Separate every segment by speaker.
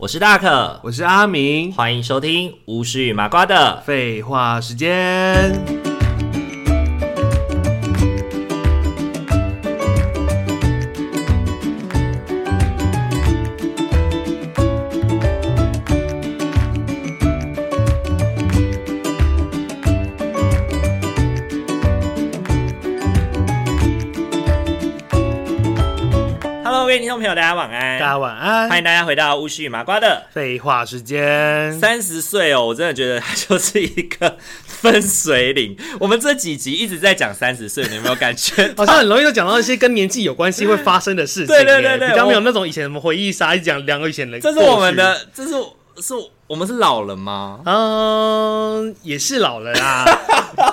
Speaker 1: 我是大可，
Speaker 2: 我是阿明。
Speaker 1: 欢迎收听巫师与麻瓜的。
Speaker 2: 废话时间，
Speaker 1: 哎 Hello，各位听众朋友，大家晚
Speaker 2: 大
Speaker 1: 安，
Speaker 2: 家晚安。
Speaker 1: 欢迎大家回到巫师与麻瓜的。
Speaker 2: 废话时间，？
Speaker 1: 三十岁哦，我真的觉得它就是一个分水岭。 我们这几集一直在讲三十岁，你有没有感觉
Speaker 2: 好像很容易就讲到一些跟年纪有关系会发生的事情耶。
Speaker 1: 对 对对对
Speaker 2: 比较没有
Speaker 1: 我
Speaker 2: 那种以前什么回忆杀，一直讲两个以前的。
Speaker 1: 这是我们，的，这是是我们是老了吗？
Speaker 2: 嗯，也是老了 啦，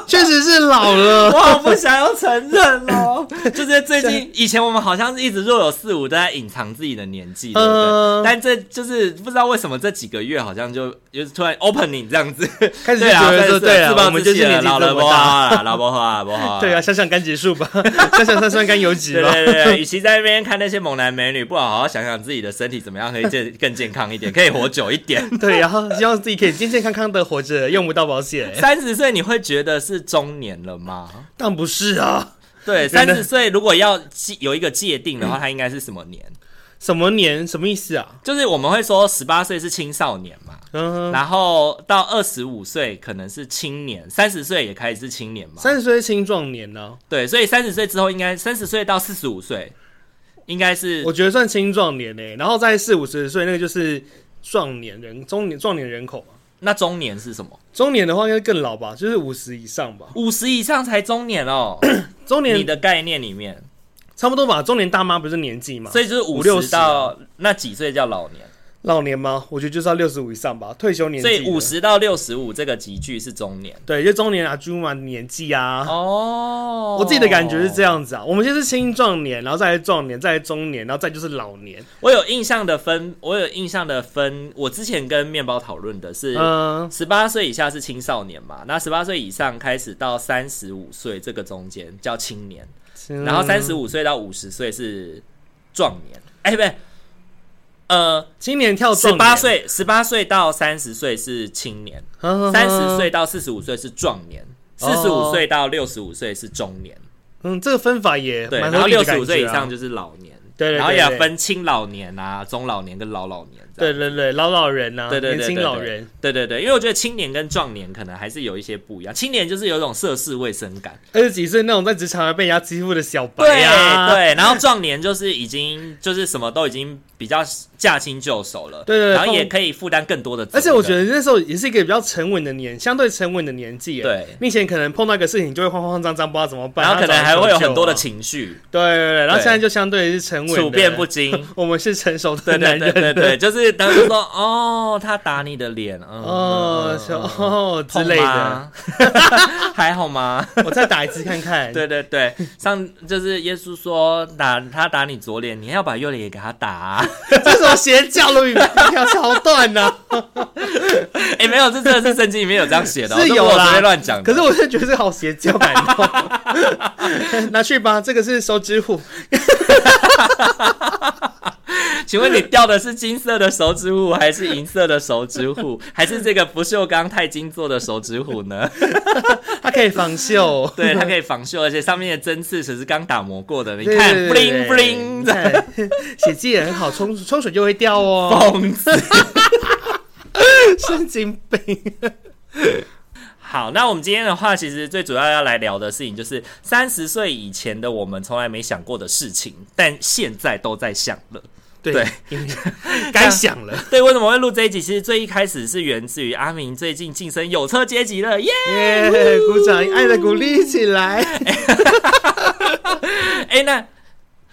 Speaker 2: 确实是老
Speaker 1: 我
Speaker 2: 了。
Speaker 1: 好不想要承认哦， 就是最近以前我们好像是一直若有似无都在隐藏自己的年纪，对不对？
Speaker 2: 嗯
Speaker 1: 但这就是不知道为什么这几个月好像就就是突然 opening 这样子，
Speaker 2: 开始就
Speaker 1: 对啊
Speaker 2: 觉得
Speaker 1: 对
Speaker 2: 说对啊
Speaker 1: 自暴
Speaker 2: 我们就
Speaker 1: 自
Speaker 2: 是
Speaker 1: 弃了
Speaker 2: 年纪
Speaker 1: 老了
Speaker 2: 这
Speaker 1: 不
Speaker 2: 么大
Speaker 1: 啊，老不啊，不 啊，
Speaker 2: 对啊，想想干结束吧， 想想算算干油脂
Speaker 1: 对
Speaker 2: 吧。
Speaker 1: 对对对，与其在那边看那些猛男美女，不如好好想想自己的身体怎么样可以健更健康一点，可以活久一点。
Speaker 2: 对，然后希望自己可以健健康康的活着，用不到保险。
Speaker 1: 三十岁你会觉得是中年了吗？
Speaker 2: 但不是啊，
Speaker 1: 对，
Speaker 2: 真
Speaker 1: 三
Speaker 2: 的
Speaker 1: 十岁如果要界有一个界定的话，它应该是什么年？
Speaker 2: 什么年什么意思啊？
Speaker 1: 就是我们会说十八岁是青少年嘛，
Speaker 2: 嗯，
Speaker 1: 然后到二十五岁可能是青年，三十岁也开始是青年嘛。
Speaker 2: 三十岁是青壮年啊呢、
Speaker 1: 对，所以三十岁之后应该三十岁到四十五岁，应该是
Speaker 2: 我觉得算青壮年呢、然后在四五十岁那个就是壮年人，中年壮年人口嘛。
Speaker 1: 那中年是什么？
Speaker 2: 中年的话应该更老吧，就是五十以上吧。
Speaker 1: 五十以上才中年 哦，
Speaker 2: 中
Speaker 1: 你
Speaker 2: 年
Speaker 1: 的概念里面。
Speaker 2: 差不多吧，中年大妈不是年纪嘛，
Speaker 1: 所以就是
Speaker 2: 五
Speaker 1: 五
Speaker 2: 六
Speaker 1: 六
Speaker 2: 十啊
Speaker 1: 到那几岁叫老年，
Speaker 2: 老年吗？我觉得就是要六十五以上吧，退休年纪
Speaker 1: 所
Speaker 2: 的。
Speaker 1: 以五十到六十五这个集距是中年。
Speaker 2: 对，就中年啊，猪嘛年纪啊。
Speaker 1: 哦
Speaker 2: 我自己的感觉是这
Speaker 1: 样。
Speaker 2: 样子啊，我们先是青壮年，然后再来壮年，再来中年，然后再就是老年。
Speaker 1: 我有印象的分，我有印象的分，我之前跟面包讨论的是。
Speaker 2: 嗯，
Speaker 1: 十八岁以下是青少年嘛？那十八岁以上开始到三十五岁这个中间叫青年，然后三十
Speaker 2: 五
Speaker 1: 五岁到五十岁是壮年。哎、不对，呃，
Speaker 2: 青年跳
Speaker 1: 十
Speaker 2: 哦壮年
Speaker 1: 八，岁，十八岁到三十岁是青年，三十岁，到四十五岁是壮年，四十
Speaker 2: 嗯哦
Speaker 1: 五岁到六十五岁是中年，
Speaker 2: 嗯，这个分法也
Speaker 1: 对，
Speaker 2: 蛮
Speaker 1: 然后
Speaker 2: 合理
Speaker 1: 六
Speaker 2: 的
Speaker 1: 十
Speaker 2: 感
Speaker 1: 五
Speaker 2: 觉啊
Speaker 1: 岁以上就是老年，
Speaker 2: 对对对
Speaker 1: 然后也
Speaker 2: 对
Speaker 1: 要分青老年啊、中老年跟老老年这
Speaker 2: 对
Speaker 1: 样。
Speaker 2: 对对，老老人呐、啊，
Speaker 1: 对对对
Speaker 2: 年
Speaker 1: 对
Speaker 2: 轻
Speaker 1: 对
Speaker 2: 老人，
Speaker 1: 对对对，因为我觉得青年跟壮年可能还是有一些不一样，青年就是有一种涉世未深感，
Speaker 2: 二十几岁那种在职场还被人家欺负的小白啊
Speaker 1: 对
Speaker 2: 呀、
Speaker 1: 对，然后壮年就是已经就是什么都已经比较驾轻就熟了，
Speaker 2: 对对对
Speaker 1: 然后也
Speaker 2: 放
Speaker 1: 可以负担更多的责任，
Speaker 2: 而且我觉得那时候也是一个比较沉稳的年，相对沉稳的年纪耶。
Speaker 1: 对
Speaker 2: 你以前可能碰到一个事情就会慌慌张张，不知道怎么办，
Speaker 1: 然后可能还会有很多的
Speaker 2: 情。
Speaker 1: 情绪，
Speaker 2: 对对对，然后
Speaker 1: 对
Speaker 2: 现在就相对是沉稳的，
Speaker 1: 处变不惊。
Speaker 2: 我们是成熟
Speaker 1: 对
Speaker 2: 的
Speaker 1: 对
Speaker 2: 男
Speaker 1: 对
Speaker 2: 人，
Speaker 1: 对对，就是等于说，哦，他打你的脸，嗯，
Speaker 2: 哦，
Speaker 1: 嗯
Speaker 2: 是
Speaker 1: 嗯
Speaker 2: 哦之
Speaker 1: 痛
Speaker 2: 类的，
Speaker 1: 吗还好吗？
Speaker 2: 我再打一次看看。
Speaker 1: 对对对，上就是耶稣说打他打你左脸，你要把右脸也给他打、啊。
Speaker 2: 这种邪教的语条桥段呢、
Speaker 1: 嗯哎，没有，这真的是圣经里面有这样写的哦、
Speaker 2: 是
Speaker 1: 这不
Speaker 2: 有
Speaker 1: 我
Speaker 2: 啦
Speaker 1: 随便乱讲的。
Speaker 2: 可是我是觉得这好邪教感 动，拿去吧，这个是收支付。
Speaker 1: 请问你掉的是金色的手指虎，还是银色的手指虎， 还是这个不锈钢钛金做的手指虎 呢？。
Speaker 2: 它可以防锈
Speaker 1: 对，它可以防锈，而且上面的针刺只是刚打磨过的。你
Speaker 2: 对
Speaker 1: 看
Speaker 2: 对
Speaker 1: ，bling
Speaker 2: 对
Speaker 1: bling
Speaker 2: 对对对血迹也很好，冲冲水就会掉 哦。
Speaker 1: 疯子。
Speaker 2: 神经病，
Speaker 1: 好，那我们今天的话，其实最主要要来聊的事情，就是三十岁以前的我们从来没想过的事情，但现在都在想 了。对，
Speaker 2: 因为 该想 了。
Speaker 1: 对，为什么会录这一集？其实最一开始是源自于阿明最近晋升有车阶级了，耶、
Speaker 2: 耶、鼓掌，爱的鼓励起来。
Speaker 1: 哎、那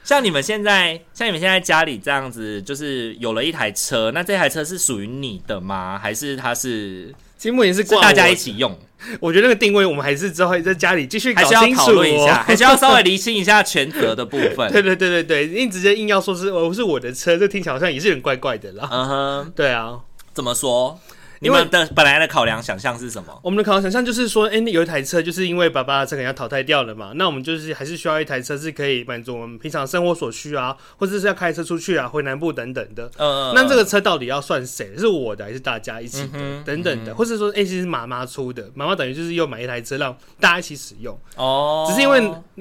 Speaker 1: 像你们现在，像你们现在家里这样子，就是有了一台车，那这台车是属于你的吗？还是它是
Speaker 2: 其实目前是
Speaker 1: 是
Speaker 2: 挂
Speaker 1: 大家
Speaker 2: 我
Speaker 1: 一，起用？
Speaker 2: 我觉得那个定位我们还是之后会在家里继续搞
Speaker 1: 还是要
Speaker 2: 清楚、
Speaker 1: 讨
Speaker 2: 哦、
Speaker 1: 论一下，还是要稍微厘清一下权责的部
Speaker 2: 对
Speaker 1: 分？
Speaker 2: 对对对对，因为直接硬哦要说是我是我的车，这听起来好像也是有点怪怪的啦。
Speaker 1: 嗯哼，
Speaker 2: 对啊，
Speaker 1: 怎么说？你们的本来的考量想象是什么？
Speaker 2: 我们的考量想象就是说，哎、那有一台车，就是因为爸爸的车可能要淘汰掉了嘛，那我们就是还是需要一台车是可以满足我们平常生活所需啊，或者是要开车出去啊，回南部等等的。
Speaker 1: 呃，
Speaker 2: 那这个车到底要算谁？是我的还是大家一起的？
Speaker 1: 嗯哼
Speaker 2: 等等的，或是说，哎、其实妈妈出的，妈妈等于就是又买一台车让大家一起使用，
Speaker 1: 哦，
Speaker 2: 只是因为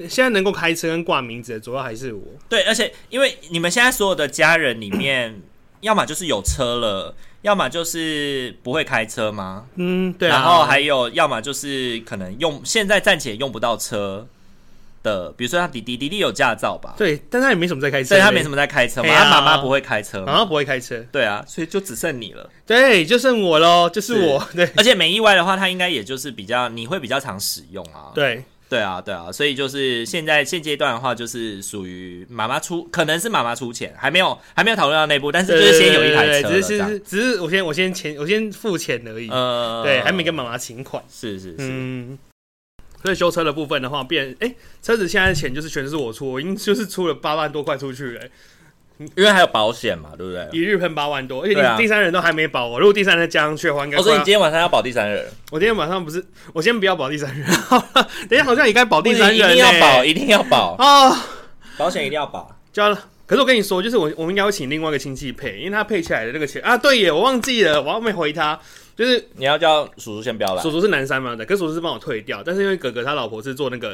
Speaker 2: 现在能够开车跟挂名字的，主要还是我。
Speaker 1: 对，而且因为你们现在所有的家人里面， 要么就是有车了，要么就是不会开车吗？
Speaker 2: 嗯，对啊。
Speaker 1: 然后还有，要么就是可能用现在暂且用不到车的，比如说他弟弟弟弟有驾照吧，
Speaker 2: 对，但他也没什么在开车，
Speaker 1: 所以他没什
Speaker 2: 么，
Speaker 1: 么在开车嘛，
Speaker 2: 哎呀
Speaker 1: 他妈妈不会开车
Speaker 2: 然
Speaker 1: 嘛，
Speaker 2: 后不会开车，
Speaker 1: 对啊，所以就只剩你了。
Speaker 2: 对，就剩我喽，就是
Speaker 1: 是
Speaker 2: 我，对
Speaker 1: 而且没意外的话，他应该也就是比较你会比较常使用啊，
Speaker 2: 对，
Speaker 1: 对啊，对啊，所以就是现在现阶段的话，就是属于妈妈出，可能是妈妈出钱，还没有还没有讨论到内部，但是就是先有一台
Speaker 2: 对对
Speaker 1: 车
Speaker 2: 对
Speaker 1: 了
Speaker 2: 只
Speaker 1: 这
Speaker 2: 是
Speaker 1: 样
Speaker 2: 是只是我先我先钱我先付钱而已，
Speaker 1: 呃，
Speaker 2: 对，还没跟妈妈请款，
Speaker 1: 是是是，
Speaker 2: 嗯。所以修车的部分的话，变哎、车子现在的钱就是全是我出，我已经就是出了八万多块出去了、
Speaker 1: 因为还有保险嘛，对不对？
Speaker 2: 一日喷八万多，而且
Speaker 1: 对啊
Speaker 2: 第第三人都还没保我，如果第三人加上去的话，应该
Speaker 1: 我说
Speaker 2: 快
Speaker 1: 哦你
Speaker 2: 要、
Speaker 1: 今天晚上要保第三人，
Speaker 2: 我今天晚上不是，我先不要保第三人，好了，等一下好像也该保第三
Speaker 1: 不
Speaker 2: 人、
Speaker 1: 是
Speaker 2: 欸，
Speaker 1: 一定要保，一定要保，
Speaker 2: 啊。
Speaker 1: 保险一定要保。
Speaker 2: 交了。可是我跟你说，就是我我们应该会请另外一个亲戚配，因为他配起来的那个钱啊，对耶，我忘记了，我还没回他。就是
Speaker 1: 你要叫叔叔先标了
Speaker 2: 叔，叔是南山嘛的，可是叔叔是帮我退掉，但是因为哥哥他老婆是做那个、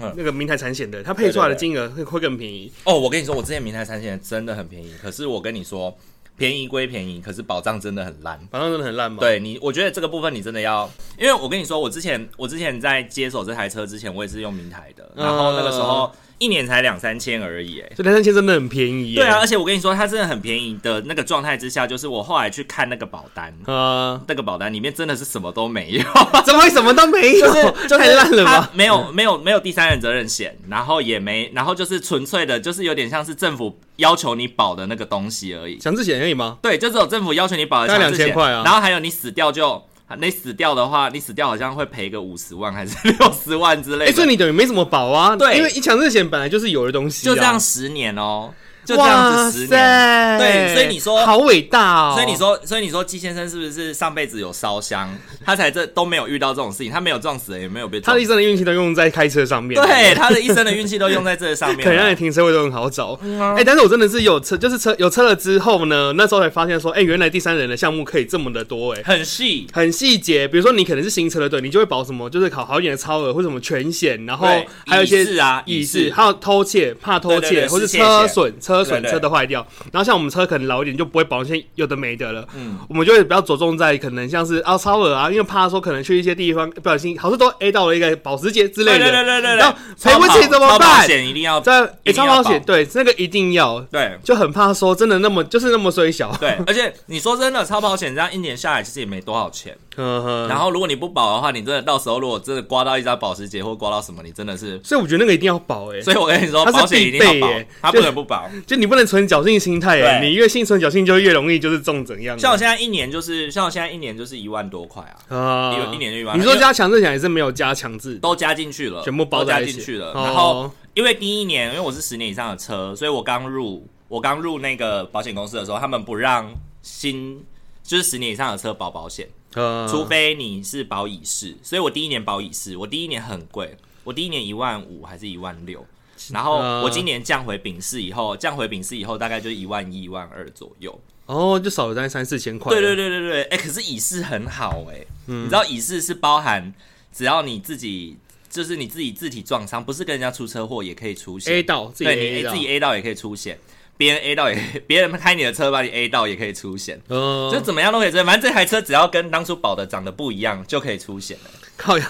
Speaker 1: 嗯
Speaker 2: 那个明台产险的，他配出来的金额会会更便宜。
Speaker 1: 哦，我跟你说，我之前明台三险真的很便宜，可是我跟你说，便宜归便宜，可是保障真的很烂。
Speaker 2: 反正真的很烂嘛。，
Speaker 1: 对你，我觉得这个部分你真的要，因为我跟你说，我之前我之前在接手这台车之前，我也是用明台的，然后那个时候一年才两三千而已、哎
Speaker 2: 所以南山钱真的很便宜。
Speaker 1: 对啊，，而且我跟你说，它真的很便宜的那个状态之下，就是我后来去看那个保单，
Speaker 2: 啊、
Speaker 1: 那个保单里面真的是什么都没有，
Speaker 2: 怎么会什么都没有？
Speaker 1: 就是就是
Speaker 2: 太烂了
Speaker 1: 它
Speaker 2: 吧？
Speaker 1: 没有没有没有第三人责任险，然后也没，然后就是纯粹的，就是有点像是政府要求你保的那个东西而已。
Speaker 2: 强制险而已吗？
Speaker 1: 对，就只有政府要求你保的
Speaker 2: 大概
Speaker 1: 强制险
Speaker 2: 2000块啊
Speaker 1: 然后还有你死掉就，你死掉的话，你死掉好像会赔个五十万还是六十万之类
Speaker 2: 哎、
Speaker 1: 的，
Speaker 2: 所以你等于没怎么保啊？
Speaker 1: 对
Speaker 2: 因为一强制险本来就是有的东西、啊，
Speaker 1: 就这样十年哦，就这样子十年。
Speaker 2: 哇塞
Speaker 1: 对所以你说
Speaker 2: 好伟大哦。
Speaker 1: 所以你说，所以你说，季先生是不是上辈子有烧香，他才这都没有遇到这种事情，他没有撞死人，也没有被
Speaker 2: 他
Speaker 1: 撞
Speaker 2: 的一生的运气都用在开车上面，
Speaker 1: 对，他的一生的运气都用在这上面啊
Speaker 2: 可能让
Speaker 1: 了
Speaker 2: 你。停车位都很好找。哎、
Speaker 1: 啊
Speaker 2: 但是我真的是有车，就是车有车了之后呢，那时候才发现说，哎、原来第三人的项目可以这么的多、哎。
Speaker 1: 很细，
Speaker 2: 很细节，比如说你可能是新车的，对，你就会保什么，就是考好一点的超额或什么全险，然后
Speaker 1: 对
Speaker 2: 还有一些
Speaker 1: 乙式啊
Speaker 2: 乙
Speaker 1: 乙
Speaker 2: 式，
Speaker 1: 式
Speaker 2: 还有偷窃，怕偷
Speaker 1: 对
Speaker 2: 窃
Speaker 1: 对对
Speaker 2: 或是
Speaker 1: 失窃险
Speaker 2: 车损、车损、
Speaker 1: 对对
Speaker 2: 车的坏掉。然后像我们车可能老一点就不会保一些有的没的了，
Speaker 1: 嗯，
Speaker 2: 我们就会比较着重在可能像是啊超额啊，因为怕说可能去一些地方不小心好事都 A 到了一个保时捷之类
Speaker 1: 对
Speaker 2: 的，
Speaker 1: 对对对对
Speaker 2: 然
Speaker 1: 对
Speaker 2: 后，赔不起怎么
Speaker 1: 超保超保
Speaker 2: 办？
Speaker 1: 险一定要一
Speaker 2: 在欸、
Speaker 1: 定
Speaker 2: 超
Speaker 1: 要
Speaker 2: 保险
Speaker 1: 保
Speaker 2: 对那个一定要，
Speaker 1: 对
Speaker 2: 就很怕说真的那么就是那么衰小，
Speaker 1: 对，而且你说真的，超保险这样一年下来其实也没多少钱。
Speaker 2: 然
Speaker 1: 然后如果你不保的话，你真的到时候如果真的刮到一张保时捷或刮到什么，你真的 是，
Speaker 2: 所以我觉得那个一定要保哎、
Speaker 1: 所以我跟你说，
Speaker 2: 它是
Speaker 1: 保险一定要
Speaker 2: 必备
Speaker 1: 保
Speaker 2: 耶，
Speaker 1: 它
Speaker 2: 就
Speaker 1: 不能不保。
Speaker 2: 就你不能存侥幸心态哎、
Speaker 1: 对
Speaker 2: 你越心存侥幸就越容易就是中怎样
Speaker 1: 像我现在一年就是，像我现在一年就是一万多块啊，
Speaker 2: 啊
Speaker 1: 一一年就一万
Speaker 2: 你说加强制险也是没有加强制，
Speaker 1: 都加进去了，
Speaker 2: 全部包
Speaker 1: 都加
Speaker 2: 在一
Speaker 1: 进
Speaker 2: 起
Speaker 1: 去了。
Speaker 2: 哦
Speaker 1: 然后因为第一年，因为我是十年以上的车，所以我刚入我刚入那个保险公司的时候，他们不让新就是十年以上的车保保险，
Speaker 2: 呃
Speaker 1: 除非你是保乙式，所以我第一年保乙式，我第一年很贵，我第一年一万五还是一万六，然后
Speaker 2: 啊
Speaker 1: 我今年降回丙式以后，降回丙式以后大概就是一万一、一万二左右。
Speaker 2: 哦就少了大嗯概三四千块，
Speaker 1: 对对对对对，哎、可是乙式很好哎、你知道乙式是包含只要你自己就是你自己自体撞伤，不是跟人家出车祸也可以出险
Speaker 2: A 到自己
Speaker 1: 对
Speaker 2: A
Speaker 1: 你
Speaker 2: 到
Speaker 1: 自己 A 到也可以出险，别人 A 到也 别人开你的车把你 A 到也可以出险。
Speaker 2: 嗯，
Speaker 1: 就怎么样都可以出险，反正这台车只要跟当初保的长得不一样，就可以出险了。
Speaker 2: 靠呀，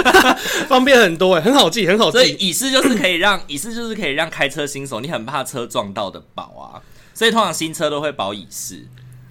Speaker 2: 方便很多哎、很好记，很好
Speaker 1: 所以
Speaker 2: 记。
Speaker 1: 乙式就是可以让乙式就是可以让开车新手，你很怕车撞到的保啊。所以通常新车都会保乙式，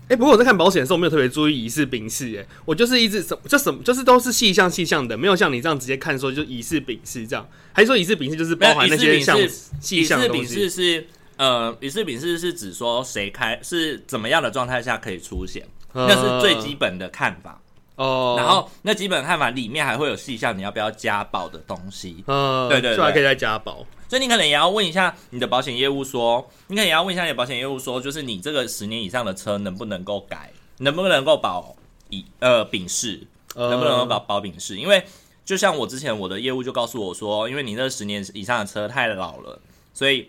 Speaker 2: 哎、不过我在看保险的时候，我没有特别注意乙式、丙式，哎，我就是一直什就什么就是都是细项细项的，没有像你这样直接看说就乙式、丙式这样，还是说乙式、丙式就是包含那些项
Speaker 1: 没有乙式丙式
Speaker 2: 细项
Speaker 1: 乙
Speaker 2: 的
Speaker 1: 式
Speaker 2: 东
Speaker 1: 丙
Speaker 2: 西
Speaker 1: 式是呃，乙式丙式是指说谁开是怎么样的状态下可以出险，
Speaker 2: 嗯
Speaker 1: 那是最基本的看法。
Speaker 2: 哦。
Speaker 1: 然后那基本看法里面还会有细项，你要不要加保的东西。
Speaker 2: 呃，
Speaker 1: 对对对
Speaker 2: 就还可以再加保。
Speaker 1: 所以你可能也要问一下你的保险业务说，你可能也要问一下你的保险业务说，就是你这个十年以上的车能不能够改，能不能够保乙呃丙式，
Speaker 2: 呃
Speaker 1: 能不能保保丙
Speaker 2: 嗯
Speaker 1: 式？因为就像我之前我的业务就告诉我说，因为你那十年以上的车太老了，所以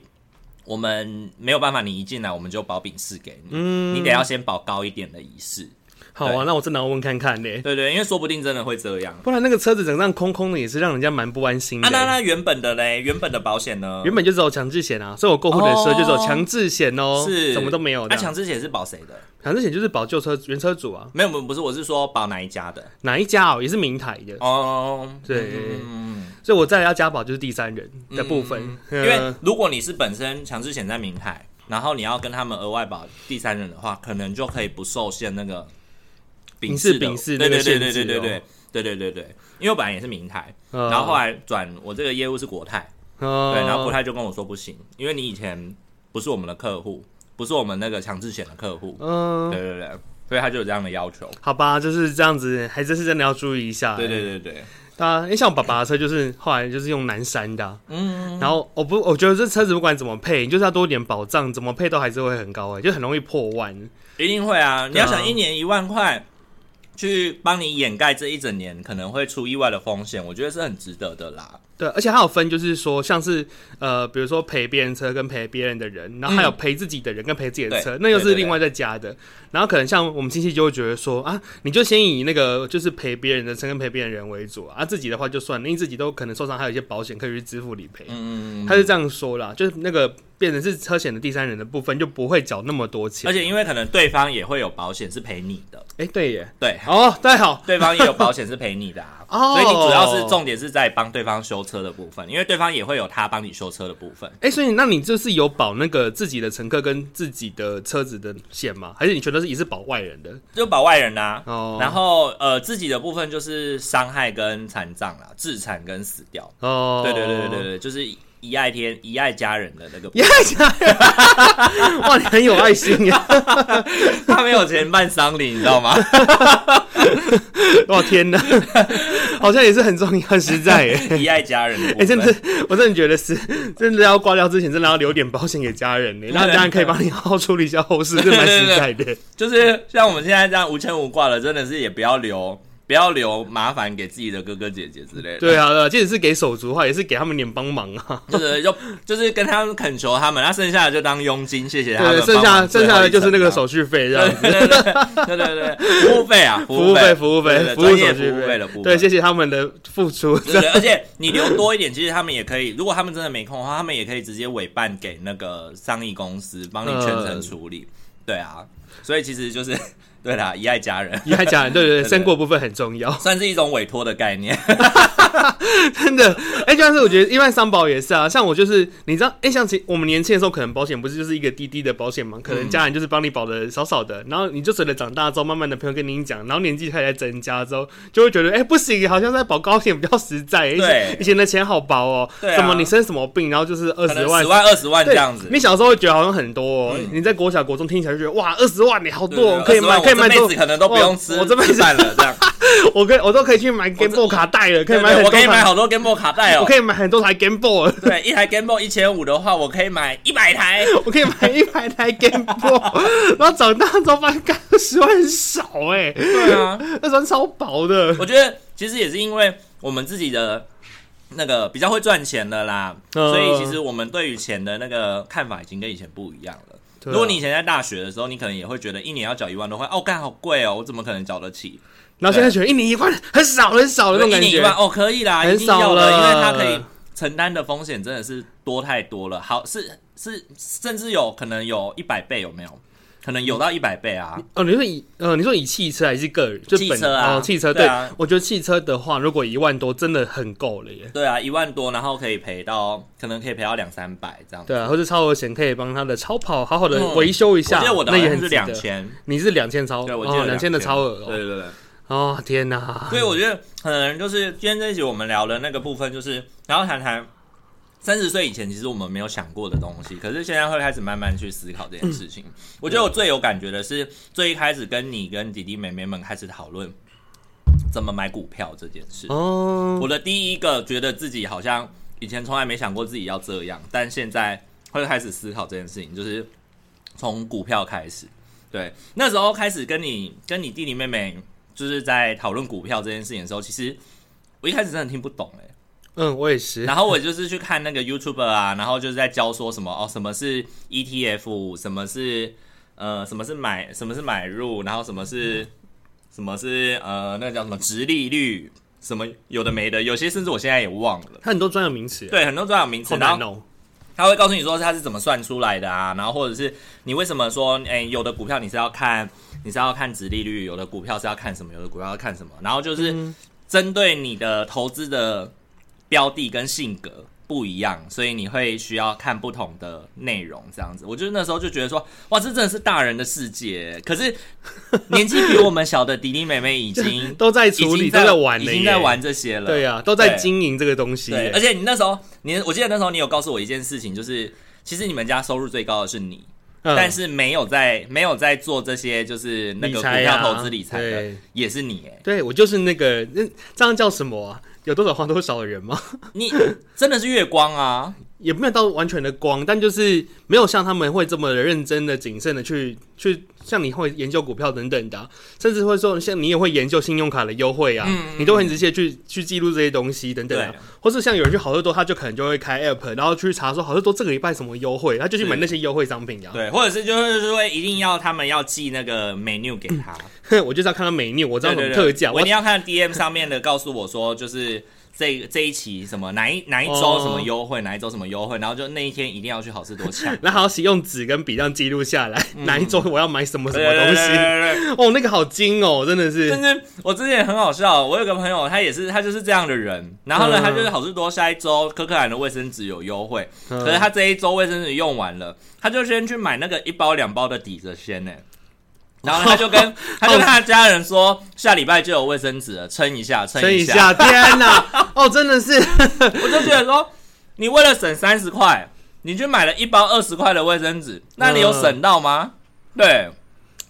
Speaker 1: 我们没有办法，你一进来我们就保丙式给你，
Speaker 2: 嗯
Speaker 1: 你得要先保高一点的乙式。
Speaker 2: 好啊，那我真的要问看看嘞。
Speaker 1: 对对，因为说不定真的会这样。
Speaker 2: 不然那个车子整辆空空的，也是让人家蛮不安心
Speaker 1: 啊，
Speaker 2: 的。
Speaker 1: 那那原本的嘞，原本的保险呢？
Speaker 2: 原本就只有强制险啊，所以我购户的时候就只有强制险哦，
Speaker 1: 是
Speaker 2: 什么都没有
Speaker 1: 那
Speaker 2: 的。
Speaker 1: 啊强制险是保谁的？
Speaker 2: 强制险就是保旧车原车主啊，
Speaker 1: 没有，不不是，我是说保哪一家的？
Speaker 2: 哪一家哦也是明台的，
Speaker 1: 哦，
Speaker 2: 对
Speaker 1: 嗯
Speaker 2: 所以我再来要加保就是第三人的部分，
Speaker 1: 因
Speaker 2: 嗯
Speaker 1: 为如果你是本身强制险在明海，然后你要跟他们额外保第三人的话，可能就可以不受限那个丙
Speaker 2: 式
Speaker 1: 式的
Speaker 2: 丙式
Speaker 1: 对
Speaker 2: 那
Speaker 1: 对
Speaker 2: 个
Speaker 1: 对对
Speaker 2: 限
Speaker 1: 对
Speaker 2: 制
Speaker 1: 对
Speaker 2: 哦
Speaker 1: 对对对对对，因为我本来也是明台，
Speaker 2: 呃
Speaker 1: 然后后来转我这个业务是国泰，
Speaker 2: 呃
Speaker 1: 对，然后国泰就跟我说不行，因为你以前不是我们的客户，不是我们那个强制险的客户，
Speaker 2: 嗯、
Speaker 1: 对对对，所以他就有这样的要求，
Speaker 2: 好吧，就是这样子，还真是真的要注意一下。欸
Speaker 1: 对对对对，
Speaker 2: 大家，因为像我爸爸的车就是后来就是用南山的啊、
Speaker 1: 嗯，
Speaker 2: 然后我不，我觉得这车子不管怎么配，你就是要多一点保障，怎么配都还是会很高哎、就很容易破万。
Speaker 1: 一定会啊！你要
Speaker 2: 对
Speaker 1: 想
Speaker 2: 啊
Speaker 1: 一年一万块，去帮你掩盖这一整年可能会出意外的风险，我觉得是很值得的啦。
Speaker 2: 对，而且还有分，就是说，像是呃，比如说赔别人车跟赔别人的人，然后还有
Speaker 1: 嗯
Speaker 2: 赔自己的人跟赔自己的
Speaker 1: 对
Speaker 2: 车，那又
Speaker 1: 对对
Speaker 2: 是
Speaker 1: 对
Speaker 2: 另外再加的。然后可能像我们亲戚就会觉得说啊，你就先以那个就是赔别人的车跟赔别人的人为主啊，啊自己的话就算了，因为自己都可能受伤，还有一些保险可以去支付理赔。
Speaker 1: 嗯，
Speaker 2: 他是这样说啦，就是那个变成是车险的第三人的部分就不会缴那么多钱。
Speaker 1: 而且因为可能对方也会有保险是赔你的，
Speaker 2: 哎、对耶，
Speaker 1: 对，
Speaker 2: 哦，太好，
Speaker 1: 对方也有保险是赔你的、啊，
Speaker 2: 哦
Speaker 1: 所以你主要是重点是在帮对方修车的部分，因为对方也会有他帮你修车的部分。
Speaker 2: 哎、所以那你就是有保那个自己的乘客跟自己的车子的险吗？还是你全都是也是保外人的？
Speaker 1: 就保外人啦、
Speaker 2: 哦
Speaker 1: 然后呃自己的部分就是伤害跟残障啦，致残跟死掉。
Speaker 2: 哦，
Speaker 1: 对对对对对对，就是一爱天一爱家人的那个部分
Speaker 2: 你 爱家人， 哇，你很有爱心耶！啊
Speaker 1: 他没有钱办丧礼，你知道吗？
Speaker 2: 哇，天哪，好像也是很重要、很实 在耶。
Speaker 1: 一爱家人的部分，
Speaker 2: 哎、真的，我真的觉得是，真的要挂掉之前，真的要留点保险给家人 呢，让家人可以帮你好好处理一下后事，这蛮实在的。
Speaker 1: 就是像我们现在这样无牵无挂的，真的是也不要留，不要留麻烦给自己的哥哥姐姐之类的。
Speaker 2: 对啊，对啊即使是给手足的话，也是给他们点帮忙啊。
Speaker 1: 就是就就是跟他们恳求他们，那剩下的就当佣金，谢谢他们
Speaker 2: 对，
Speaker 1: 帮忙最后
Speaker 2: 剩
Speaker 1: 一
Speaker 2: 下
Speaker 1: 程。
Speaker 2: 剩下的就是那个手续费这样
Speaker 1: 对。对
Speaker 2: 子。
Speaker 1: 对对对对对，服务费啊，
Speaker 2: 服务
Speaker 1: 费
Speaker 2: 费、服务
Speaker 1: 对
Speaker 2: 费、
Speaker 1: 对
Speaker 2: 服
Speaker 1: 专
Speaker 2: 务
Speaker 1: 业
Speaker 2: 手
Speaker 1: 服
Speaker 2: 续
Speaker 1: 务费的部分。
Speaker 2: 对，谢谢他们的付出。
Speaker 1: 对对，而且你留多一点，其实他们也可以，如果他们真的没空的话，他们也可以直接委办给那个商议公司帮你全程处理。对啊，所以其实就是对啦，一爱家人
Speaker 2: 遗憾家人，对对
Speaker 1: 对
Speaker 2: 对，身过部分很重要。
Speaker 1: 算是一种委托的概念。
Speaker 2: 真的，哎、就像是我觉得一般商保也是啊，像我就是，你知道，哎、像其我们年轻的时候，可能保险不是就是一个滴滴的保险嘛，
Speaker 1: 嗯
Speaker 2: 可能家人就是帮你保的少少的，然后你就随着长大之后，慢慢的朋友跟你讲，然后年纪开始在增加之后，就会觉得，哎、不行，好像在保高险比较实在、以
Speaker 1: 对
Speaker 2: 前以前的钱好薄哦、
Speaker 1: 对啊
Speaker 2: 什么你生什么病，然后就是二
Speaker 1: 可
Speaker 2: 十
Speaker 1: 能
Speaker 2: 万
Speaker 1: 十。万、二十万这
Speaker 2: 对
Speaker 1: 样子。嗯
Speaker 2: 你小时候会觉得好像很多、哦，你在国小、国中听起来就觉得哇，二十万你好多、哦，可以买，可以买
Speaker 1: 这辈
Speaker 2: 多
Speaker 1: 子，可能都不用吃，
Speaker 2: 哇我这辈子
Speaker 1: 饭了，这样
Speaker 2: 我可以我都可以去买 Game Boy 卡带 了，可以买
Speaker 1: 对
Speaker 2: 很
Speaker 1: 我
Speaker 2: 多
Speaker 1: 可以买
Speaker 2: 台，
Speaker 1: 好多 Game Boy 卡带
Speaker 2: 我
Speaker 1: 哦。
Speaker 2: 可以买很多台 Game Boy 了。
Speaker 1: 对，一台 Game Boy 一千五的话，我可以买一百 台。
Speaker 2: 我可以买一百台 Game Boy，然后长大之后发现，干十万很少哎、
Speaker 1: 对啊，
Speaker 2: 那时候超薄的。
Speaker 1: 我觉得其实也是因为我们自己的那个比较会赚钱的啦，
Speaker 2: 嗯
Speaker 1: 所以其实我们对于钱的那个看法已经跟以前不一样了。
Speaker 2: 对啊
Speaker 1: 如果你以前在大学的时候，你可能也会觉得一年要缴一万多块，哦，干好贵哦，我怎么可能缴得起？
Speaker 2: 然后现在觉得一年一万很少很少的那
Speaker 1: 一
Speaker 2: 种感
Speaker 1: 年一
Speaker 2: 觉，
Speaker 1: 万哦，可以啦，
Speaker 2: 很
Speaker 1: 一定要
Speaker 2: 少
Speaker 1: 的，
Speaker 2: 了
Speaker 1: 因为它可以承担的风险真的是多太多了。好，是是，甚至有可能有一百倍，有没有？可能有到一百倍啊。
Speaker 2: 哦，你说以呃，你说以汽车还是个人？就
Speaker 1: 汽
Speaker 2: 本
Speaker 1: 车啊
Speaker 2: 哦，汽车
Speaker 1: 对啊
Speaker 2: 我觉得汽车的话，如果一万多，真的很够了耶。
Speaker 1: 对啊，一万多，然后可以赔到，可能可以赔到两三百这样。
Speaker 2: 对啊，或者超额险可以帮他的超跑好好的
Speaker 1: 嗯
Speaker 2: 维修一
Speaker 1: 我
Speaker 2: 下，
Speaker 1: 记得我的
Speaker 2: 那
Speaker 1: 好
Speaker 2: 也
Speaker 1: 像
Speaker 2: 很
Speaker 1: 是
Speaker 2: 值得
Speaker 1: 两。千，
Speaker 2: 你是两千超，
Speaker 1: 对我记
Speaker 2: 哦
Speaker 1: 得
Speaker 2: 两千的超额
Speaker 1: 对
Speaker 2: 哦，
Speaker 1: 对对。
Speaker 2: 哦天哪！
Speaker 1: 所以我觉得可能就是今天这一集我们聊的那个部分，就是然后谈谈三十岁以前其实我们没有想过的东西，可是现在会开始慢慢去思考这件事情。我觉得我最有感觉的是最一开始跟你跟弟弟妹妹们开始讨论怎么买股票这件事。
Speaker 2: 哦，
Speaker 1: 我的第一个觉得自己好像以前从来没想过自己要这样，但现在会开始思考这件事情，就是从股票开始。对，那时候开始跟你跟你弟弟妹妹就是在讨论股票这件事情的时候，其实我一开始真的听不懂哎、
Speaker 2: 嗯，我也是。
Speaker 1: 然后我就是去看那个 YouTube 啊，然后就是在教说什么哦，什么是 ETF，什么是呃，什么是买，什么是买入，然后什么
Speaker 2: 嗯
Speaker 1: 是什么是呃，那个叫什么直利率，什么有的没的，有些甚至我现在也忘了。
Speaker 2: 它很多专有名词，，
Speaker 1: 对，很多专有名词，
Speaker 2: 好
Speaker 1: 然后
Speaker 2: 难哦。
Speaker 1: 他会告诉你说它是怎么算出来的啊，然后或者是你为什么说，哎、有的股票你是要看你是要看值利率，有的股票是要看什么，有的股票要看什么，然后就是
Speaker 2: 嗯
Speaker 1: 针对你的投资的标的跟性格不一样，所以你会需要看不同的内容，这样子。我就是那时候就觉得说，哇，这真的是大人的世界。可 是年纪比我们小的弟弟妹妹已经
Speaker 2: 都在
Speaker 1: 已
Speaker 2: 处理，
Speaker 1: 经
Speaker 2: 都
Speaker 1: 在
Speaker 2: 在玩
Speaker 1: 已
Speaker 2: 了，
Speaker 1: 经在。玩这些了。
Speaker 2: 对呀、都在
Speaker 1: 对
Speaker 2: 经营这个东西
Speaker 1: 对，
Speaker 2: 耶。
Speaker 1: 而且你那时候，你我记得那时候你有告诉我一件事情，就是其实你们家收入最高的是你，
Speaker 2: 嗯
Speaker 1: 但是没有在没有在做这些就是那个
Speaker 2: 理
Speaker 1: 股
Speaker 2: 财
Speaker 1: 票
Speaker 2: 啊
Speaker 1: 投资理财的，
Speaker 2: 对
Speaker 1: 也是你哎，
Speaker 2: 对我就是那个，那这样叫什么啊？有多少花多少的人吗？
Speaker 1: 你真的是月光啊！
Speaker 2: 也没有到完全的光，但就是没有像他们会这么的认真的、谨慎的去去，像你会研究股票等等的啊、甚至会说像你也会研究信用卡的优惠啊，
Speaker 1: 嗯嗯
Speaker 2: 你都很直接去去记录这些东西等等啊
Speaker 1: 对。
Speaker 2: 或是像有人去好事多，他就可能就会开 app，然后去查说好事多这个礼拜什么优惠，他就去买
Speaker 1: 是
Speaker 2: 那些优惠商品啊。
Speaker 1: 对，或者是就是说一定要他们要寄那个 menu 给他，
Speaker 2: 哼，我就是要看到美女，我知道
Speaker 1: 对
Speaker 2: 什
Speaker 1: 对
Speaker 2: 么
Speaker 1: 对，
Speaker 2: 特价，
Speaker 1: 我
Speaker 2: 我
Speaker 1: 一定要看 DM 上面的告诉我说就是。这这一期什么哪一哪一周
Speaker 2: 哦
Speaker 1: 什么优惠，哪一周什么优惠，然后就那一天一定要去好事多 抢
Speaker 2: 然后还要使用纸跟笔这样记录下来，哪一周我要买什么什么
Speaker 1: 嗯对对
Speaker 2: 东
Speaker 1: 对对
Speaker 2: 西。
Speaker 1: 对对
Speaker 2: 哦，那个好精哦，真的是
Speaker 1: 但。是我之前很好笑，我有个朋友，他也是他就是这样的人，然后呢，
Speaker 2: 嗯
Speaker 1: 他就是好事多下一周可可兰的卫生纸有优惠，可是
Speaker 2: 嗯
Speaker 1: 他这一周卫生纸用完了，他就先去买那个一包两包的抵着先呢、然后呢他 就跟他就跟他家人说，下礼拜就有卫生纸了，撑一下，撑
Speaker 2: 撑一
Speaker 1: 下。
Speaker 2: 下，天哪！哦，真的是，
Speaker 1: 我就觉得说，你为了省三十块，你去买了一包二十块的卫生纸，那你有省到吗？
Speaker 2: 嗯
Speaker 1: 对，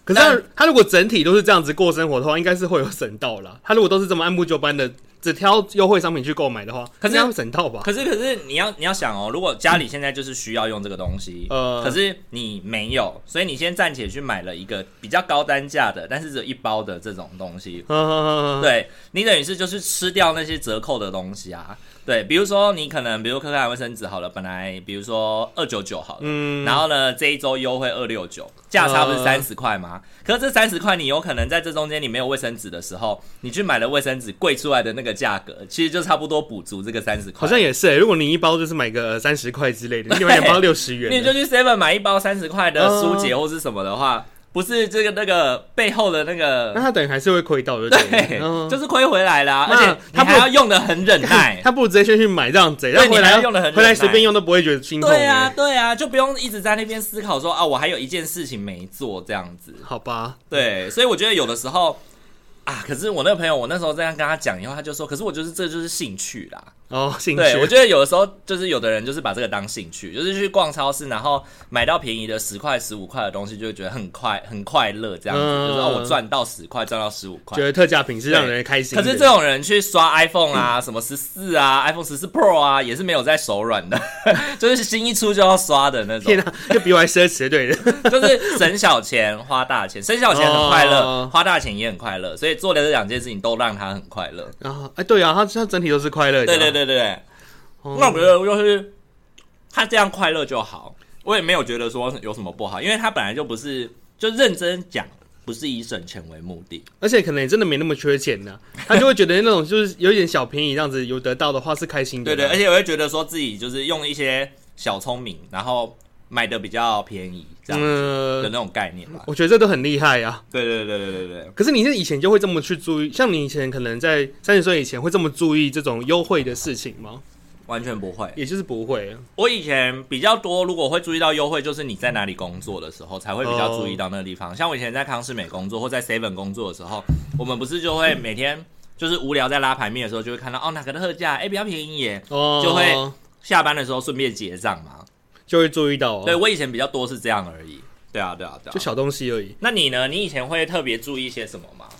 Speaker 2: 可是他他如果整体都是这样子过生活的话，应该是会有省到啦。他如果都是这么按部就班的，只挑优惠商品去购买的话，
Speaker 1: 可是
Speaker 2: 应该会省到吧？
Speaker 1: 可是可是你要你要想哦，如果家里现在就是需要用这个东西，
Speaker 2: 呃
Speaker 1: 可是你没有，所以你先暂且去买了一个比较高单价的，但是只有一包的这种东西。
Speaker 2: 嗯，
Speaker 1: 对你等于是就是吃掉那些折扣的东西啊，对，比如说你可能比如可可爱卫生纸好了，本来比如说二九九好了，
Speaker 2: 嗯，
Speaker 1: 然后呢这一周优惠二六九，价差不是
Speaker 2: 呃
Speaker 1: 三十块吗？可是这三十块你有可能在这中间你没有卫生纸的时候，你去买了卫生纸贵出来的那个价格，其实就差不多补足这个三十块。
Speaker 2: 好像也是欸。如果你一包就是买个三十块之类的，你买两包六十元
Speaker 1: 你
Speaker 2: 的，
Speaker 1: 就去 Seven 买一包三十块的
Speaker 2: 嗯
Speaker 1: 苏解或是什么的话，不是这个那个背后的那
Speaker 2: 那
Speaker 1: 个，
Speaker 2: 他等于还是会亏到的。
Speaker 1: 对，
Speaker 2: 嗯
Speaker 1: 就是亏回来啦，而
Speaker 2: 那
Speaker 1: 且你
Speaker 2: 他不
Speaker 1: 还要用的很忍耐。
Speaker 2: 他不如直接先去买这样子，
Speaker 1: 对
Speaker 2: 然后回
Speaker 1: 你
Speaker 2: 来
Speaker 1: 还用得很
Speaker 2: 回来
Speaker 1: 忍耐
Speaker 2: 随便用都不会觉得心痛。
Speaker 1: 对啊，，对啊，就不用一直在那边思考说啊，我还有一件事情没做这样子。
Speaker 2: 好吧，
Speaker 1: 对，所以我觉得有的时候啊，可是我那个朋友，我那时候这样跟他讲以后，他就说，可是我就是这就是兴趣啦。
Speaker 2: 哦，兴
Speaker 1: 对，我
Speaker 2: 趣，
Speaker 1: 觉得有的时候就是有的人就是把这个当兴趣，就是去逛超市，然后买到便宜的十块、十五块的东西，就会觉得很快、很快乐这样子，
Speaker 2: 嗯
Speaker 1: 就是哦，我赚到十块，赚到十五块
Speaker 2: 觉。得特价品是让人开心
Speaker 1: 可
Speaker 2: 的。
Speaker 1: 是这种人去刷 iPhone 啊，什么十四啊、iPhone 十四 Pro 啊，也是没有在手软的， 就是新一出就要刷的那种
Speaker 2: 天，哪，啊就比我还奢侈，对的。
Speaker 1: 就是省小钱花大钱，省小钱很快乐，
Speaker 2: 哦
Speaker 1: 花大钱也很快乐，所以做的这两件事情都让他很快乐。
Speaker 2: 然后，哎，对啊，他他整体都是快乐的。啊
Speaker 1: 对对，对对对，
Speaker 2: 哦
Speaker 1: 那我觉得就是他这样快乐就好，我也没有觉得说有什么不好，因为他本来就不是就认真讲，不是以省钱为目的。
Speaker 2: 而且可能也真的没那么缺钱呢、他就会觉得那种就是有一点小便宜这样子，有得到的话是开心的
Speaker 1: 对
Speaker 2: 啦。
Speaker 1: 对，而且我会觉得说自己就是用一些小聪明，然后买的比较便宜这样的
Speaker 2: 嗯、
Speaker 1: 那种概念吧。
Speaker 2: 我觉得这都很厉害啊。
Speaker 1: 对对对对对对，
Speaker 2: 可是你是以前就会这么去注意，像你以前可能在三十岁以前会这么注意这种优惠的事情吗？
Speaker 1: 完全不会。
Speaker 2: 也就是不会啊，
Speaker 1: 我以前比较多，如果会注意到优惠，就是你在哪里工作的时候才会比较注意到那个地
Speaker 2: 哦
Speaker 1: 方。像我以前在康士美工作或在 Seven 工作的时候，我们不是就会每天就是无聊在拉牌面的时候，就会看到哦哪个特价，哎、比较便宜耶。
Speaker 2: 哦，
Speaker 1: 就会下班的时候顺便结账嘛。
Speaker 2: 就会注意到、哦，
Speaker 1: 对，我以前比较多是这样而已。对啊，对啊，对
Speaker 2: 就
Speaker 1: 啊。
Speaker 2: 小东西而已。
Speaker 1: 那你呢？你以前会特别注意一些什么吗？
Speaker 2: 欸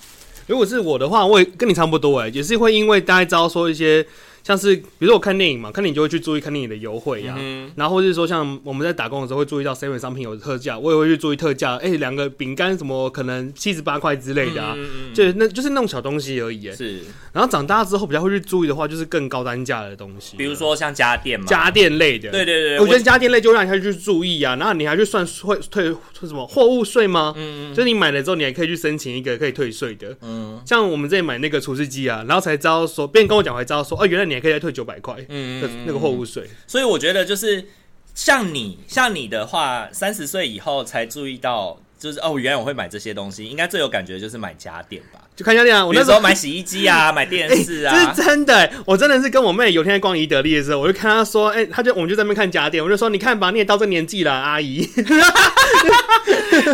Speaker 2: 如果是我的话，我也跟你差不多哎，也是会因为大家知道说一些像是比如说我看电影嘛，看电影就会去注意看电影的优惠呀、
Speaker 1: 嗯
Speaker 2: 然后或是说像我们在打工的时候会注意到 seven 商品有特价，我也会去注意特价，哎、两个饼干什么可能七十八块之类的啊，
Speaker 1: 嗯嗯嗯
Speaker 2: 就那就是那种小东西而已。哎
Speaker 1: 是，
Speaker 2: 然后长大之后比较会去注意的话，就是更高单价的东西，
Speaker 1: 比如说像家电嘛，
Speaker 2: 家电类的，
Speaker 1: 对对对，
Speaker 2: 我觉得家电类就让你去注意啊，然后你还去算退退什么货物税吗？
Speaker 1: 嗯嗯
Speaker 2: 就是你买了之后，你还可以去申请一个可以退税的。
Speaker 1: 嗯
Speaker 2: 像我们之前买那个厨师机啊，然后才知道说，别人跟我讲才知道说，哦，原来你还可以再退九百块
Speaker 1: 嗯
Speaker 2: 的那个货物税。
Speaker 1: 所以我觉得就是像你，像你的话，三十岁以后才注意到，就是哦，原来我会买这些东西，应该最有感觉就是买家电吧。
Speaker 2: 就看家电啊，我
Speaker 1: 比
Speaker 2: 那
Speaker 1: 如
Speaker 2: 时
Speaker 1: 说
Speaker 2: 候
Speaker 1: 买洗衣机 啊，买电视
Speaker 2: 哎
Speaker 1: 啊，
Speaker 2: 这是真的、哎我真的是跟我妹有天在逛宜得利的时候，我就看她说，哎、她就我们就在那边看家电，我就说，你看吧，你也到这年纪了，阿姨，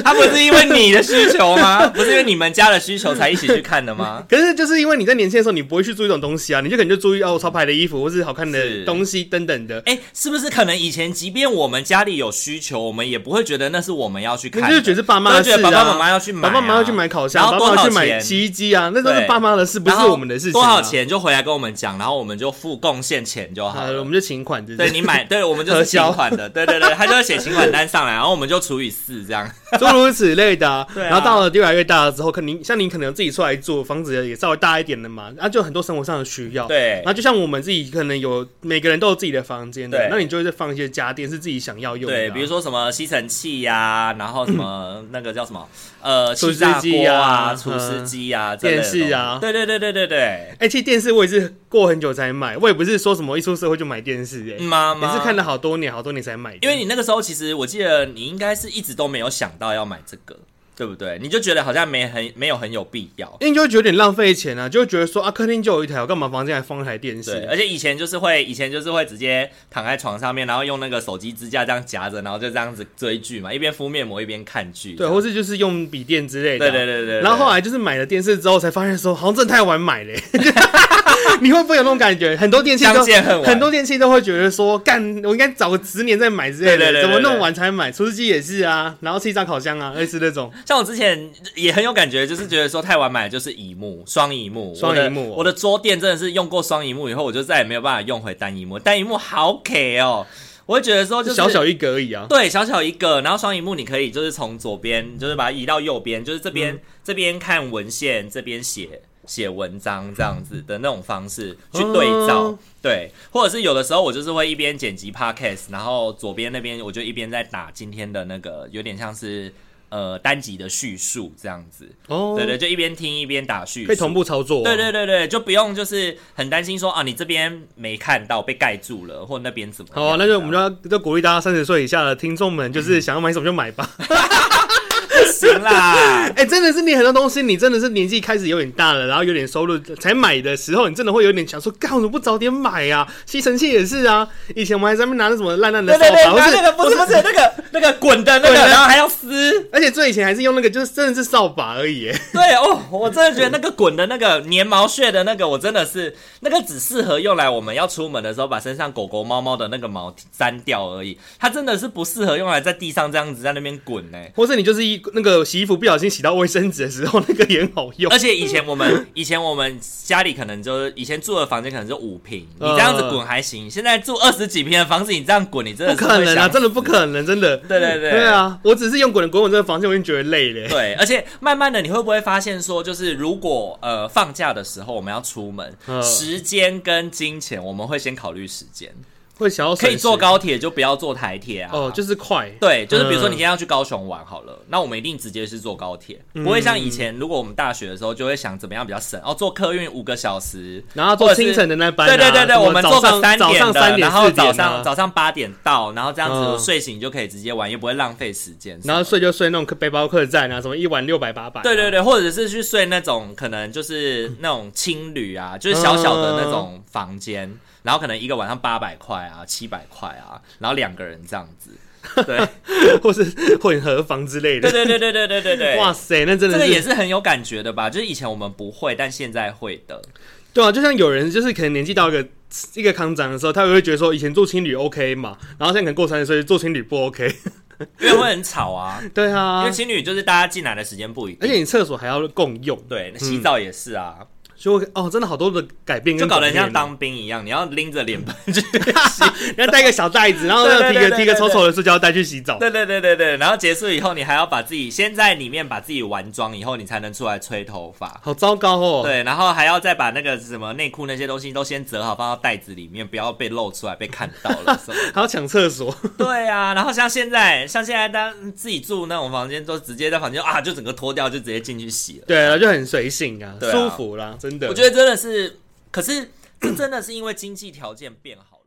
Speaker 1: 它啊不是因为你的需求 吗？不是因为你们家的需求才一起去看的吗？
Speaker 2: 可是就是因为你在年轻的时候，你不会去注意这种东西啊，你就可能就注意哦，潮牌的衣服或是好看
Speaker 1: 是
Speaker 2: 的东西等等的，
Speaker 1: 哎、是不是可能以前即便我们家里有需求，我们也不会觉得那是我们要去看
Speaker 2: 可
Speaker 1: 的，
Speaker 2: 是就觉得是爸妈的
Speaker 1: 就
Speaker 2: 事
Speaker 1: 觉
Speaker 2: 啊，
Speaker 1: 得爸爸妈妈要去买啊、
Speaker 2: 爸爸妈妈要去买烤箱，
Speaker 1: 然
Speaker 2: 爸
Speaker 1: 后多
Speaker 2: 爸要
Speaker 1: 少
Speaker 2: 去买
Speaker 1: 钱？
Speaker 2: 洗衣机啊，那都
Speaker 1: 对
Speaker 2: 是爸妈的事，不是我们的事情、啊
Speaker 1: 多少？钱就回来跟我们讲，然后我们就付贡献钱就好
Speaker 2: 好了，
Speaker 1: 了
Speaker 2: 我。们就请款，对不
Speaker 1: 对
Speaker 2: 对？
Speaker 1: 你买，对我们就是
Speaker 2: 核
Speaker 1: 请
Speaker 2: 销
Speaker 1: 款的，对对对，他就会写请款单上来，然后我们就除以四这样。
Speaker 2: 诸如此类的、啊。
Speaker 1: 对啊
Speaker 2: 然后到了越来越大了之后，可能像你可能自己出来住，房子也稍微大一点了嘛，然、后就有很多生活上的需要。。
Speaker 1: 对
Speaker 2: 然，后就像我们自己可能有每个人都有自己的房间
Speaker 1: 对
Speaker 2: 的，那你就会再放一些家电是自己想要用的啊、
Speaker 1: 对，比如说什么吸尘器呀、然后什么那个叫什么呃
Speaker 2: 厨
Speaker 1: 气
Speaker 2: 师
Speaker 1: 炸
Speaker 2: 机
Speaker 1: 锅啊、
Speaker 2: 啊
Speaker 1: 厨师
Speaker 2: 嗯
Speaker 1: 机呀、这类的
Speaker 2: 电视啊
Speaker 1: 东西对对对对对对，
Speaker 2: 哎、其实电视我也是过很久才买，我也不是说什么一出社会就买电视、哎、
Speaker 1: 妈妈
Speaker 2: 也是看了好多年、好多年才买的。
Speaker 1: 嗯啊因为你那个时候其实我记得你应该是一直都没有想到要买这个，对不对？你就觉得好像没很没有很有必要。
Speaker 2: 因为就会觉得有点浪费钱啊，就会觉得说啊，客厅就有一台，我干嘛房间还放一台电视
Speaker 1: 对，？而且以前就是会，以前就是会直接躺在床上面，然后用那个手机支架这样夹着，然后就这样子追剧嘛，一边敷面膜一边看剧这
Speaker 2: 对，
Speaker 1: 样。
Speaker 2: 或是就是用笔电之类的啊、
Speaker 1: 对对对对对。
Speaker 2: 然后后来就是买了电视之后，才发现说好像真的太晚 买了、 你会不会有那种感觉？很多电器
Speaker 1: 相
Speaker 2: 都
Speaker 1: 见恨晚，
Speaker 2: 很多电器都会觉得说，干，我应该早个十年再买之类的，
Speaker 1: 对对对对
Speaker 2: 怎么那么
Speaker 1: 对
Speaker 2: 晚才买？厨师机也是啊，然后气炸烤箱啊，类似那种。
Speaker 1: 像我之前也很有感觉，就是觉得说太晚买的就是荧幕双荧幕，
Speaker 2: 双荧
Speaker 1: 我
Speaker 2: 幕哦
Speaker 1: 的我的桌垫真的是用过双荧幕以后，我就再也没有办法用回单荧幕，单荧幕好 K 哦，我会觉得说就
Speaker 2: 就是小小一格而已啊，
Speaker 1: 对，小小一个，然后双荧幕你可以就是从左边，就是把它移到右边，就是这边、
Speaker 2: 嗯
Speaker 1: 这边看文献，这边写写文章这样子的那种方式去对照，
Speaker 2: 哦
Speaker 1: 对，或者是有的时候我就是会一边剪辑 podcast，然后左边那边我就一边在打今天的那个有点像是呃单集的叙述这样子，
Speaker 2: 哦，
Speaker 1: 对对，就一边听一边打叙述，
Speaker 2: 可以同步操作、啊
Speaker 1: 对对。对对，就不用就是很担心说啊，你这边没看到被盖住了，或那边怎么样？
Speaker 2: 好，啊那就我们
Speaker 1: 这
Speaker 2: 就
Speaker 1: 样
Speaker 2: 要就鼓励大家三十岁以下的听众们，
Speaker 1: 嗯
Speaker 2: 就是想要买什么就买吧。
Speaker 1: 行啦。
Speaker 2: 哎、真的是你很多东西，你真的是年纪开始有点大了，然后有点收入才买的时候，你真的会有点想说，干我怎么不早点买啊？吸尘器也是啊，以前我们还在那边拿着什么烂烂的
Speaker 1: 对
Speaker 2: 扫
Speaker 1: 对对，
Speaker 2: 把，或
Speaker 1: 拿那个
Speaker 2: 是
Speaker 1: 不是不是那个那个滚的那个，
Speaker 2: 滚的
Speaker 1: 然后还要撕。
Speaker 2: 而且最以前还是用那个，就是真的是扫把而已。 哎
Speaker 1: 对哦，我真的觉得那个滚的那个粘毛屑的那个，我真的是那个只适合用来我们要出门的时候把身上狗狗猫猫的那个毛粘掉而已，它真的是不适合用来在地上这样子在那边滚 呢、
Speaker 2: 或是你就是一那个洗衣服不小心洗到卫生纸的时候，那个也很好用
Speaker 1: 而。且以前我们以前我们家里可能就是以前住的房间可能就五平，你
Speaker 2: 嗯
Speaker 1: 这样子滚还行，现在住二十几平的房子，你这样滚，你真的
Speaker 2: 不
Speaker 1: 是
Speaker 2: 可
Speaker 1: 会
Speaker 2: 能啊，
Speaker 1: 想
Speaker 2: 真的不可能，真的。
Speaker 1: 对对对
Speaker 2: 对啊，我只是用滚滚滚这个房间，我已经觉得累了。哎
Speaker 1: 对，而且慢慢的你会不会发现说，就是如果呃放假的时候我们要出门，
Speaker 2: 嗯
Speaker 1: 时间跟金钱我们会先考虑时间，
Speaker 2: 会想要
Speaker 1: 可以坐
Speaker 2: 省时
Speaker 1: 高铁就不要坐台铁啊。
Speaker 2: 哦，就是快。
Speaker 1: 对，就是比如说你
Speaker 2: 嗯
Speaker 1: 今天要去高雄玩好了，那我们一定直接是坐高铁，
Speaker 2: 嗯
Speaker 1: 不会像以前，如果我们大学的时候就会想怎么样比较省，哦，坐客运五个小时，
Speaker 2: 然后
Speaker 1: 或
Speaker 2: 做
Speaker 1: 者是
Speaker 2: 清晨的那班啊、
Speaker 1: 对对对对，
Speaker 2: 什么
Speaker 1: 我们
Speaker 2: 早
Speaker 1: 坐
Speaker 2: 上
Speaker 1: 个三
Speaker 2: 早
Speaker 1: 点
Speaker 2: 上
Speaker 1: 的，
Speaker 2: 三点，
Speaker 1: 然后
Speaker 2: 四点
Speaker 1: 早
Speaker 2: 啊
Speaker 1: 上早上八点到，然后这样子
Speaker 2: 嗯
Speaker 1: 我睡醒就可以直接玩，也不会浪费时间。
Speaker 2: 然后睡就睡那种背包客栈啊，什么一晚六百八百。
Speaker 1: 对对对，或者是去睡那种可能就是那种青旅
Speaker 2: 嗯
Speaker 1: 啊，就是小小的那种房间，然后可能一个晚上八百块啊、七百块啊，然后两个人这样子。 对
Speaker 2: 对，或是混合房之类的。
Speaker 1: 对对对对对对对对，
Speaker 2: 哇塞，那真
Speaker 1: 这
Speaker 2: 的
Speaker 1: 个
Speaker 2: 是
Speaker 1: 也是很有感觉的吧？就是以前我们不会，但现在会的。
Speaker 2: 对啊，就像有人就是可能年纪到一个一个康长的时候，他也会觉得说以前做情侣 OK 嘛，然后现在可能过三十岁做情侣不 OK。
Speaker 1: 因为会很吵啊，
Speaker 2: 对
Speaker 1: 因
Speaker 2: 啊
Speaker 1: 为，情侣就是大家进来的时间不一
Speaker 2: 而嗯
Speaker 1: 定，
Speaker 2: 且你厕所还要共用，
Speaker 1: 对洗澡也是啊，
Speaker 2: 所以我哦，真的好多的改变
Speaker 1: 就
Speaker 2: 跟
Speaker 1: 搞得
Speaker 2: 改
Speaker 1: 像
Speaker 2: 变哦
Speaker 1: 当兵一样，你要拎着脸盆去洗。
Speaker 2: 然后带一个小袋子，然后
Speaker 1: 对对
Speaker 2: 提
Speaker 1: 对
Speaker 2: 个
Speaker 1: 对
Speaker 2: 提个
Speaker 1: 对
Speaker 2: 丑丑的塑胶袋去洗澡。
Speaker 1: 对对对对对，然后结束以后，你还要把自己先在里面把自己完妆以后，你才能出来吹头发。
Speaker 2: 好糟糕哦！
Speaker 1: 对，然后还要再把那个什么内裤那些东西都先折好，放到袋子里面，不要被露出来，被看到了什么 的。
Speaker 2: 还要抢厕所，
Speaker 1: 对啊，然后像现在，像现在当自己住那种房间，都直接在房间啊，就整个脱掉，就直接进去洗了。
Speaker 2: 对啊，就很随性啊，
Speaker 1: 对啊
Speaker 2: 舒服啦，真的。
Speaker 1: 我觉得真的是，可是这真的是因为经济条件变好。